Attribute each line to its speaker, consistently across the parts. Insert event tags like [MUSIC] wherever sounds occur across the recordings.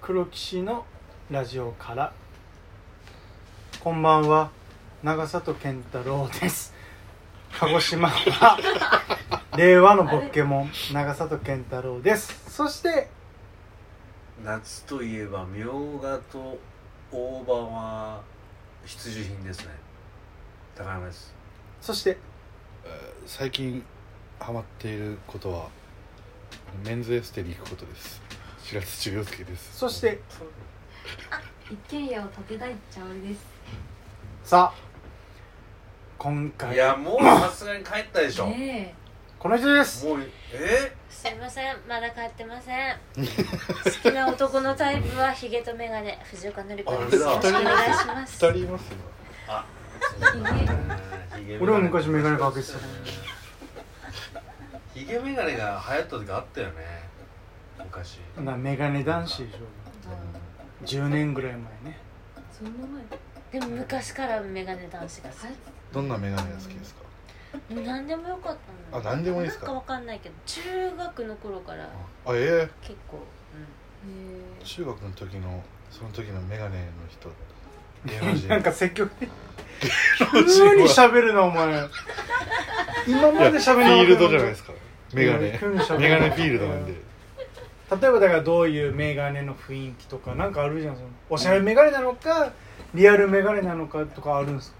Speaker 1: 黒騎士のラジオからこんばんは長里健太郎です鹿児島
Speaker 2: [LAUGHS]
Speaker 1: は令和のポケモン長里健太郎ですそして
Speaker 3: 夏といえばみょうがと大葉は必需品ですね高山です
Speaker 1: そして
Speaker 2: 最近ハマっていることはメンズエステに行くことです白津中陽介です
Speaker 1: そして
Speaker 4: 一軒家を建てたいちゃおりです
Speaker 1: さあ今
Speaker 3: い
Speaker 1: 回
Speaker 3: やもうさすがに帰ったでしょもう
Speaker 4: ね
Speaker 1: この人です
Speaker 3: え
Speaker 5: えすいませんまだ帰ってません好きな男のタイプはヒゲとメガネ藤岡典子ですよろしくお願いしま
Speaker 2: 二
Speaker 5: す
Speaker 2: 人いますよ
Speaker 3: ヒゲメガネ
Speaker 1: [LAUGHS] 俺も昔メガネかけてた
Speaker 3: ヒゲメガネが流行った時あったよね昔
Speaker 1: なメガネ男子でしょ10年ぐらい前ね
Speaker 4: えその前
Speaker 5: でも昔からメガネ男子が好
Speaker 2: どんなメガネが好きですか
Speaker 5: きもう何でもよかった
Speaker 2: あ
Speaker 5: の
Speaker 2: 何でもいいです
Speaker 5: なんかわ
Speaker 2: か
Speaker 5: かんないけど中学の頃から
Speaker 2: あえ
Speaker 5: 結構、う
Speaker 2: え中学の時のその時のメガネの人芸能人
Speaker 1: なんか積極的急に喋るな
Speaker 2: [LAUGHS]
Speaker 1: お前今まで喋
Speaker 2: フ
Speaker 1: る
Speaker 2: ィールドじゃないですかメガネ
Speaker 1: 急に喋る
Speaker 2: メガネフィールドなんで
Speaker 1: 例えばだからどういうメガネの雰囲気とかなんかあるじゃんそのおしゃれメガネなのかリアルメガネなのかとかあるんです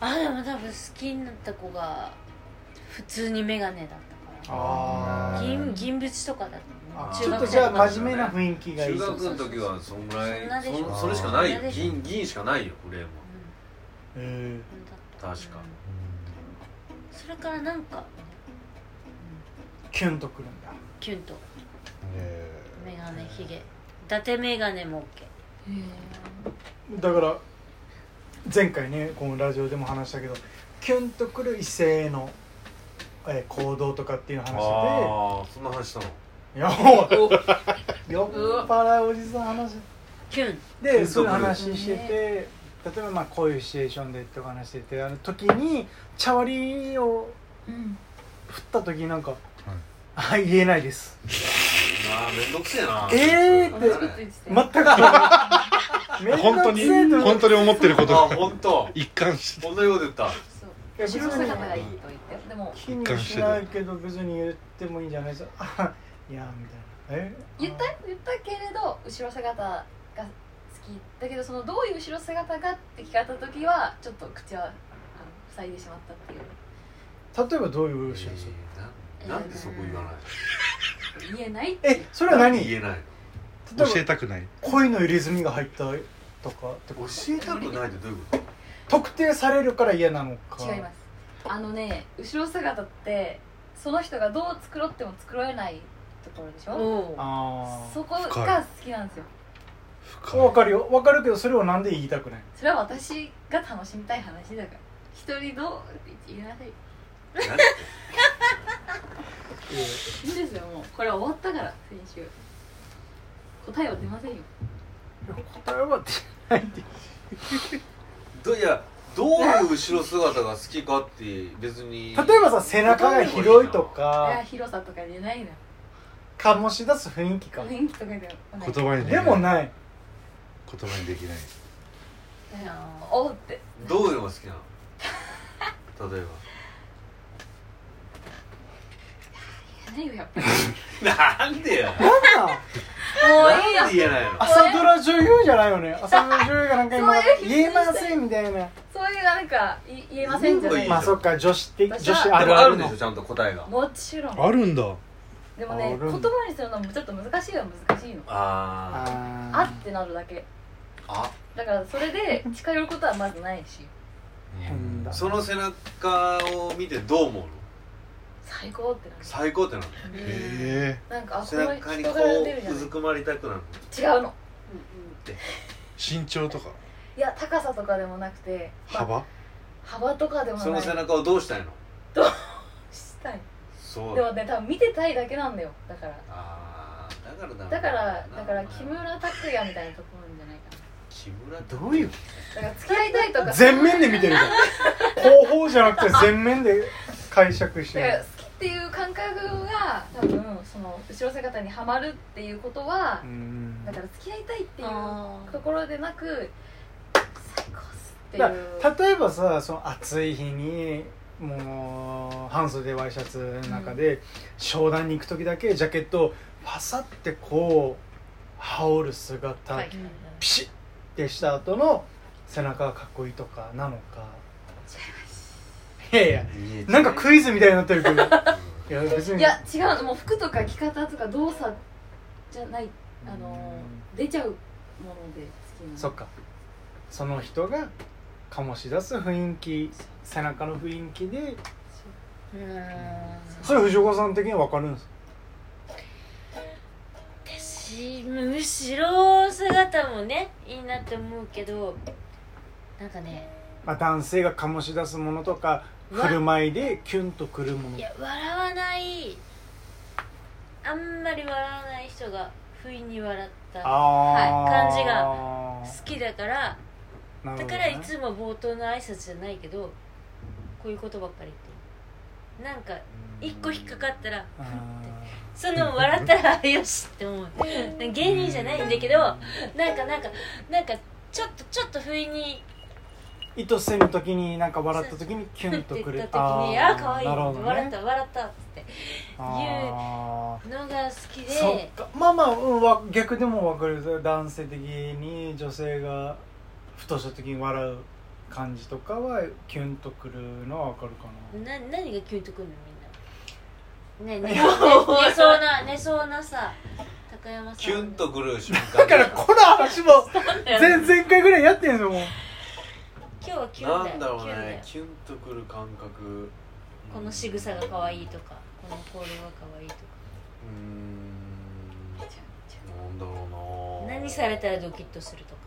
Speaker 1: か
Speaker 5: ん、あでも多分好きになった子が普通にメガネだったか
Speaker 1: あ
Speaker 5: ら
Speaker 1: ー
Speaker 5: 銀銀縁とかだったの
Speaker 1: あ
Speaker 5: ね
Speaker 1: ち
Speaker 5: 中
Speaker 1: ょっと
Speaker 5: 学
Speaker 1: じゃ
Speaker 5: 生
Speaker 1: あ
Speaker 5: の
Speaker 1: 真面目な雰囲気がいい
Speaker 3: 中
Speaker 1: と
Speaker 3: 学の時はそんぐら
Speaker 5: そんないでしょ
Speaker 3: そそれしかないよ
Speaker 5: そんなでしょ
Speaker 3: 銀銀しかないよフレームは
Speaker 1: え
Speaker 5: うんだった
Speaker 3: 確か
Speaker 5: それからなんか
Speaker 1: ーキュンとくるんだ
Speaker 5: キュンと
Speaker 2: ねえ
Speaker 5: メガネヒゲ伊達メガネも OK
Speaker 1: だから前回ねこのラジオでも話したけどキュンとくる異性の、えー行動とかっていう話
Speaker 3: ああそんな話したの
Speaker 1: でいやもう酔っ払うおじさん話
Speaker 5: キュン
Speaker 3: キュンとく
Speaker 1: で
Speaker 3: る
Speaker 1: そういう話してて、例えばまあこういうシチュエーションでってお話しててあの時に茶割りを
Speaker 4: うん
Speaker 1: 振った時なんか「あ言えないです
Speaker 3: あーめんどくせえな
Speaker 1: えー
Speaker 4: 同
Speaker 1: っ
Speaker 4: じ
Speaker 1: て
Speaker 4: こと言って」た
Speaker 1: 全
Speaker 4: よ
Speaker 1: くめんど
Speaker 2: [LAUGHS] 本当
Speaker 1: く
Speaker 2: に
Speaker 1: せえと思っ
Speaker 2: 本当に思ってるこ
Speaker 3: あ
Speaker 2: とが
Speaker 3: 本当
Speaker 2: 一貫して
Speaker 3: 同じこと言った
Speaker 4: そう
Speaker 1: て
Speaker 4: 後ろ姿がいいと言ってでも
Speaker 1: 気にしないけど別に言ってもいいんじゃない
Speaker 2: [LAUGHS]
Speaker 1: ですかいやみたいなえ
Speaker 4: 言った言ったけれど後ろ姿が好きだけどそのどういう後ろ姿がって聞かれた時はちょっと口はあの塞いでしまったっていう
Speaker 1: あ例えばどういう後ろ姿
Speaker 3: えーななんでそこ言わない
Speaker 4: 言えないって
Speaker 1: えそれは何例え
Speaker 3: 言えない
Speaker 1: ば
Speaker 2: 教えたくない
Speaker 1: 恋の入れ墨が入ったとかって
Speaker 3: 教
Speaker 1: こと
Speaker 3: えたくないってどういうこと
Speaker 1: 特定されるから嫌なのか
Speaker 4: 違いますあのね後ろ姿ってその人がどう繕っても繕えないところでし
Speaker 5: お
Speaker 4: ょ
Speaker 5: お
Speaker 1: あ
Speaker 4: そこが好きなんですよ
Speaker 1: あ分かるよ分かるけどそれをなんで言いたくない
Speaker 4: それは私が楽しみたい話だから一人どうって言いなさい
Speaker 3: なん
Speaker 4: いいですよもうこれ終わったから先週答えは出ませんよ
Speaker 1: 答えは出ないって
Speaker 3: どいやどういう後ろ姿が好きかって別に
Speaker 1: 例えばさ背中が広いと
Speaker 4: いや
Speaker 1: か
Speaker 4: 広さとか出ないのよ
Speaker 1: 醸し出す雰囲気か
Speaker 4: 雰囲気とかではない
Speaker 2: 言葉に
Speaker 1: でも
Speaker 2: い
Speaker 1: ない
Speaker 2: 言葉にできない
Speaker 4: おうって
Speaker 3: どういうのが好きなの例え
Speaker 4: 出ないよやっぱり
Speaker 3: ばなんでよ
Speaker 1: なんだ
Speaker 4: もういいよ
Speaker 3: なんで言えないの
Speaker 1: 朝ドラ女優じゃないよ [LAUGHS] ね朝ドラ女優がなんか今
Speaker 4: そういう
Speaker 1: 言えませんみたいな
Speaker 4: そういうなんかい言えませんじゃない
Speaker 3: いい
Speaker 1: まあそっか女子って女
Speaker 4: 私
Speaker 1: 子
Speaker 4: は
Speaker 1: あ
Speaker 3: でも
Speaker 1: る
Speaker 3: あ
Speaker 1: あ
Speaker 3: る
Speaker 1: る
Speaker 3: んで
Speaker 1: の
Speaker 3: しょちゃんと答えが
Speaker 4: もちろん
Speaker 2: あるんだ
Speaker 4: でも
Speaker 1: あ
Speaker 4: ね
Speaker 1: る
Speaker 4: 言
Speaker 1: ん
Speaker 4: 葉
Speaker 1: だ
Speaker 4: にするのもちょっと難しいは難しいの
Speaker 3: あー
Speaker 4: あ
Speaker 1: あ
Speaker 4: ってなるだけ
Speaker 3: あ
Speaker 4: だからそれで近寄ることはまずないし
Speaker 1: 変だ
Speaker 3: その背中を見てどう思うの
Speaker 4: 最高ってなる
Speaker 3: 最高ってなる
Speaker 2: へえ
Speaker 4: なんかあこ
Speaker 3: 背
Speaker 4: の
Speaker 3: 中にこ
Speaker 4: 人柄出るじ
Speaker 3: う
Speaker 4: ゃ
Speaker 3: う
Speaker 4: な
Speaker 3: ずくまりたくなるの
Speaker 4: い違うの
Speaker 2: 身長とか
Speaker 4: いや高さとかでもなくて、まあ
Speaker 2: 幅
Speaker 4: 幅とかでもない
Speaker 3: その背中をどうしたいの
Speaker 4: したい
Speaker 3: そう
Speaker 4: でもね多分見てたいだけなんだよだから
Speaker 3: あーだからだ
Speaker 4: だからだから木村拓哉みたいなところなんじゃないか
Speaker 3: 木村って
Speaker 1: どういう
Speaker 4: [LAUGHS] なだから付き合いたいとか
Speaker 1: 全面で見てるじゃん後方じゃなくて全面で解釈して
Speaker 4: だから
Speaker 1: る
Speaker 4: 好きっっていう感覚が多分その後ろ姿にはまるっていうことは
Speaker 1: う、ん
Speaker 4: だから付き合いたいっていう
Speaker 5: あ
Speaker 4: ところでなく最高っすっていう
Speaker 1: だから例えばさその暑い日にもう半袖ワイシャツの中で、商談に行く時だけジャケットをパサってこう羽織る姿、
Speaker 4: はい
Speaker 1: ピシッてした後の背中がかっこいいとかなのかいやいやなんかクイズみたいになってる
Speaker 4: [LAUGHS]
Speaker 1: けどいや別に
Speaker 4: いや違うのもう服とか着方とか動作じゃないあの出ちゃうもので好きなの
Speaker 1: そっかその人が醸し出す雰囲気背中の雰囲気で
Speaker 5: ーうん
Speaker 1: それ藤岡さん的には分かるんですか
Speaker 5: 私むしろ姿もねいいなって思うけどなんかね
Speaker 1: まあ、男性が醸し出すものとか
Speaker 5: うわ
Speaker 1: 振る舞いでキュンとくるもの
Speaker 5: いや笑わないあんまり笑わない人が不意に笑った
Speaker 1: あー、
Speaker 5: はい感じ好きだから
Speaker 1: なるほ
Speaker 5: だ
Speaker 1: どね
Speaker 5: からいつも冒頭の挨拶じゃないけどこういうことばっかり言ってるなんか一個引っかかったら
Speaker 1: あ
Speaker 5: その笑ったらよしって思う芸人じゃないんだけどなんかなんかなんかちょっとちょっと不意に
Speaker 1: ー意図せぬ時になんか笑った時にキ
Speaker 5: ふ
Speaker 1: ュ
Speaker 5: っ
Speaker 1: ンと
Speaker 5: ていった
Speaker 1: く
Speaker 5: 時
Speaker 1: る
Speaker 5: にああ可愛い
Speaker 1: なるほどね
Speaker 5: 笑った笑ったっつって
Speaker 1: あー
Speaker 5: のが好き
Speaker 1: そっ [LAUGHS]
Speaker 5: で
Speaker 1: かまあまあ、うんわ、逆でも分かる男性的に女性がふとした時に笑う感じとかはキュンとくるのは分かるかな
Speaker 5: な何がキュンとくるのみんなねね
Speaker 1: い
Speaker 5: ね
Speaker 1: や
Speaker 5: 寝そうな寝そうなさ高山さん
Speaker 3: キュンとくる瞬間
Speaker 1: だからこの話も前々回ぐらいやってんのもう
Speaker 5: 今日はキュン
Speaker 3: な
Speaker 5: だよ
Speaker 3: んだろう
Speaker 5: キュンだよ
Speaker 3: ねキュンとくる感覚
Speaker 5: この仕草が可愛いとかこの行動が可愛いとか
Speaker 3: うーんなんだろうな
Speaker 5: 何されたらドキッとするとか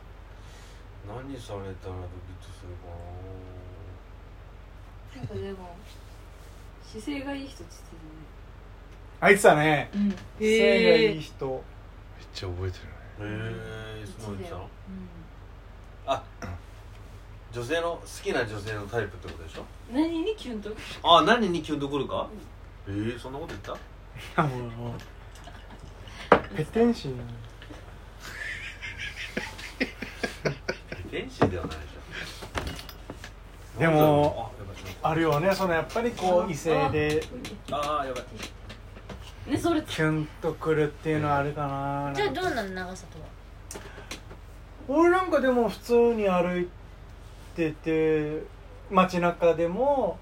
Speaker 3: 何されたらドキッとするかな
Speaker 4: なんかでも姿勢がいい人って
Speaker 1: あいつはね
Speaker 4: 言って
Speaker 1: 姿勢がいい人
Speaker 2: っちゃ覚えてるね
Speaker 3: へえいつも言ってたの
Speaker 4: た
Speaker 3: あ女性の好きな女性のタイプってことでしょ
Speaker 4: よね、うん、何にキュンと
Speaker 3: あ何にキュンとくるか、ええそんなこと言っ
Speaker 1: いや
Speaker 3: た
Speaker 1: もうもうペテンシーなの
Speaker 3: 天使ではないでしょ
Speaker 1: でも
Speaker 3: あ
Speaker 1: あるよねそのやっぱりこう異性で
Speaker 3: あーやばい
Speaker 4: ねそれ
Speaker 1: キュンとくるっていうのはあるかな
Speaker 5: じゃあどうなの長さとは
Speaker 1: 俺なんかでも普通に歩いてて街中でも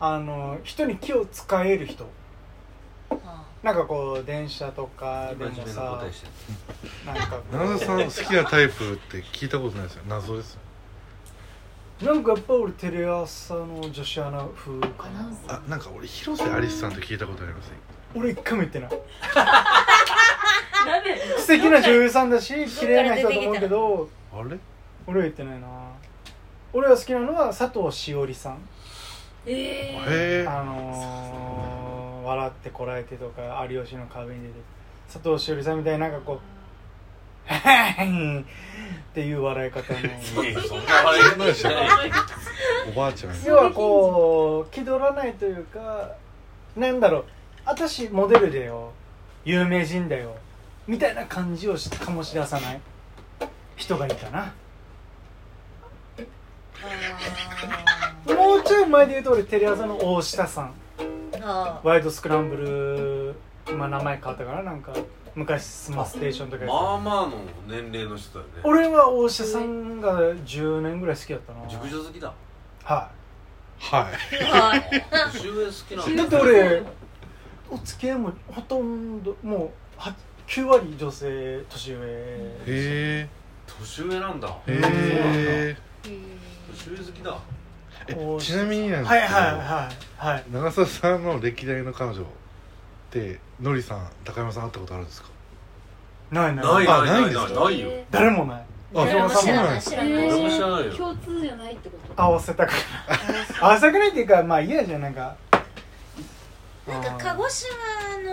Speaker 1: あの人に気を使える人
Speaker 5: あ
Speaker 1: なんかこう電車とかで
Speaker 3: 今
Speaker 1: も
Speaker 3: 自分の
Speaker 1: さ
Speaker 3: 答えしてる
Speaker 1: なんかこう
Speaker 2: 長澤さん好きなタイプって聞いたことないですよ謎ですよ
Speaker 1: なんかやっぱ俺テレ朝の女子アナ風か
Speaker 4: アナウ
Speaker 1: な
Speaker 4: ンサ
Speaker 2: あなんか俺広瀬アリスさんって聞いたことありません
Speaker 1: 俺一回も言ってない
Speaker 4: ーなんで
Speaker 1: 素敵な女優さんだし綺麗な人だと思うけど
Speaker 2: あれ
Speaker 1: 俺は言ってないな俺が好きなのは佐藤しおりさん
Speaker 4: えー、
Speaker 2: へえ
Speaker 1: あのー「笑ってこらえて」とか「有吉の壁」に出てる佐藤しおりさんみたいになんかこう「っていう笑い方の
Speaker 3: いやそんな笑い方してないよ
Speaker 2: おばあちゃん
Speaker 1: 要はこう気取らないというかなんだろう私モデルだよ有名人だよみたいな感じをし醸し出さない人がいいかなもうちょい前で言うと俺テレ朝の大下さん
Speaker 5: ー
Speaker 1: [LAUGHS]
Speaker 5: あ
Speaker 1: ワイドスクランブル、まあ、名前変わったからなんか昔スマステーションとかやってた
Speaker 3: まあまあの年齢の人だよね
Speaker 1: 俺は大下さんが10年ぐらい好きだったな
Speaker 3: 熟女好きだ
Speaker 1: は
Speaker 2: は
Speaker 5: ーはい
Speaker 3: 年上好きなん
Speaker 1: い
Speaker 3: だ
Speaker 1: だって俺お付き合いもほとんどもうは9割女性年上
Speaker 2: いへ
Speaker 3: 年上なんだ
Speaker 2: えへ
Speaker 3: 年上好きだ
Speaker 2: ええちなみになんですけど、
Speaker 1: はいはいはいはい
Speaker 2: 長澤さんの歴代の彼女ってのりさん高山さん会ったことあるんですか
Speaker 1: ないない
Speaker 3: ない
Speaker 2: あ
Speaker 3: ないな
Speaker 2: ないい
Speaker 3: な
Speaker 2: ないい
Speaker 3: ないよ
Speaker 1: 誰もない
Speaker 2: あ
Speaker 5: 誰も
Speaker 1: そう
Speaker 5: 知ら
Speaker 2: なん
Speaker 5: な
Speaker 2: で
Speaker 5: い
Speaker 2: す
Speaker 5: 知らない
Speaker 3: 俺も知らないよ
Speaker 4: 共通じゃないってこと
Speaker 1: 合わせたくない合わせたくないっていうかまあ嫌じゃんなんか
Speaker 5: なんか鹿児島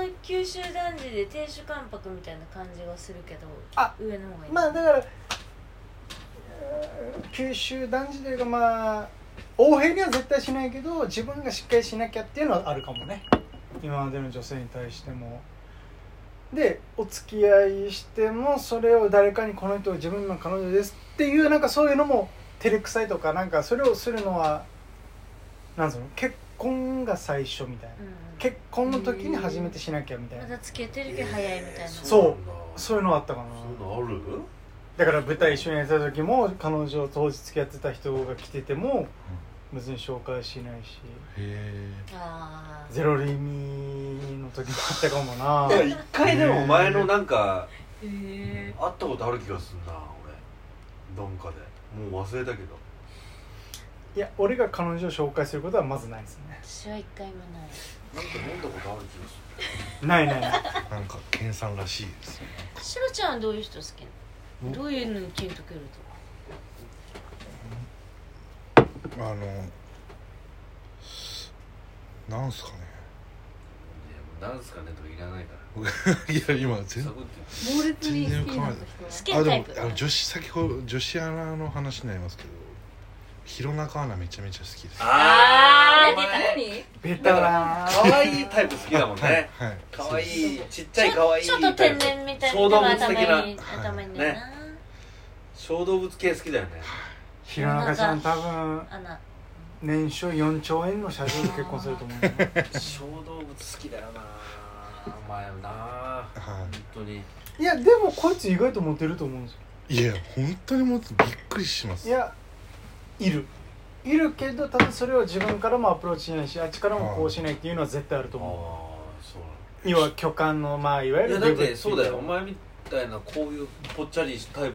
Speaker 5: の九州男児で亭主関白みたいな感じがするけど
Speaker 1: あ
Speaker 5: 上の方がいい、
Speaker 1: まあだからえー九州男児というかまあ横平には絶対しないけど自分がしっかりしなきゃっていうのはあるかもね今までの女性に対してもでお付き合いしてもそれを誰かにこの人は自分の彼女ですっていうなんかそういうのも照れくさいとかなんかそれをするのはなんつうの結婚が最初みたいな
Speaker 5: うん
Speaker 1: 結婚の時に初めてしなきゃみたい
Speaker 5: ま
Speaker 1: な
Speaker 5: だ付き合ってるけど早いみたいな、
Speaker 3: えー
Speaker 1: そう
Speaker 3: なんだそ
Speaker 1: そういうのあったかな
Speaker 3: ういうのある
Speaker 1: だから舞台一緒にやってた時も彼女当時付き合ってた人が来てても別に紹介しないし
Speaker 2: え
Speaker 5: あ
Speaker 1: ゼロリミの時もあったかもない [LAUGHS]
Speaker 3: や一回でも前のなんか
Speaker 5: ーへ
Speaker 3: 会っ
Speaker 5: え
Speaker 3: たことある気がするな俺なんかでもう忘れたけど
Speaker 1: いや俺が彼女を紹介することはまずないですね
Speaker 5: 私は一回もない
Speaker 3: なんか飲んだことある気がする
Speaker 1: ないない [LAUGHS] ない
Speaker 2: なんか健さんらしいですね
Speaker 5: シロちゃんはどういう人好きなの
Speaker 2: ん
Speaker 5: どういうのにキュンとくるとか
Speaker 2: あのなんすかね
Speaker 3: いやもうなんすかねとかいらないから
Speaker 2: いや今全
Speaker 3: サ
Speaker 2: 然
Speaker 3: クッて
Speaker 4: 猛烈に好きな人
Speaker 5: 好
Speaker 4: は
Speaker 5: き
Speaker 2: あ
Speaker 5: なタ
Speaker 2: で
Speaker 5: イ
Speaker 2: も
Speaker 5: プ
Speaker 2: あの女子先ほど女子アナの話になりますけど弘中アナめちゃめちゃ好きですは
Speaker 5: あー
Speaker 3: お前
Speaker 4: 何
Speaker 1: ベタだな
Speaker 3: 可愛いタイプ好きだもん
Speaker 2: い
Speaker 3: ね
Speaker 2: はい
Speaker 3: 可愛
Speaker 2: そうで
Speaker 3: いちっちゃい可愛い
Speaker 5: ちょっと天然みたいな
Speaker 3: 小動物的
Speaker 5: 頭いい
Speaker 3: な
Speaker 5: 頭いいんだよな、
Speaker 3: 小動物系好きだよね
Speaker 1: 弘中ちゃん多分
Speaker 5: アナ
Speaker 1: 年商4兆円の社長と結婚すると思うよ
Speaker 3: 小動物好きだよなお前もな
Speaker 2: は
Speaker 3: 本当に
Speaker 1: いやでもこいつ意外とモテると思うんですよ
Speaker 2: いいや本当にもうびっくりします
Speaker 1: いやいるいるけどただそれを自分からもアプローチしないしあっちからもこうしないっていうのは絶対あると
Speaker 3: ああ
Speaker 1: 思う
Speaker 3: そうな
Speaker 1: 要は巨漢のまあいわゆ
Speaker 3: のい
Speaker 1: る
Speaker 3: やだってそうだよ
Speaker 1: デ
Speaker 3: お
Speaker 1: ブってい
Speaker 3: 前みたいなこういうぽっちゃりタイ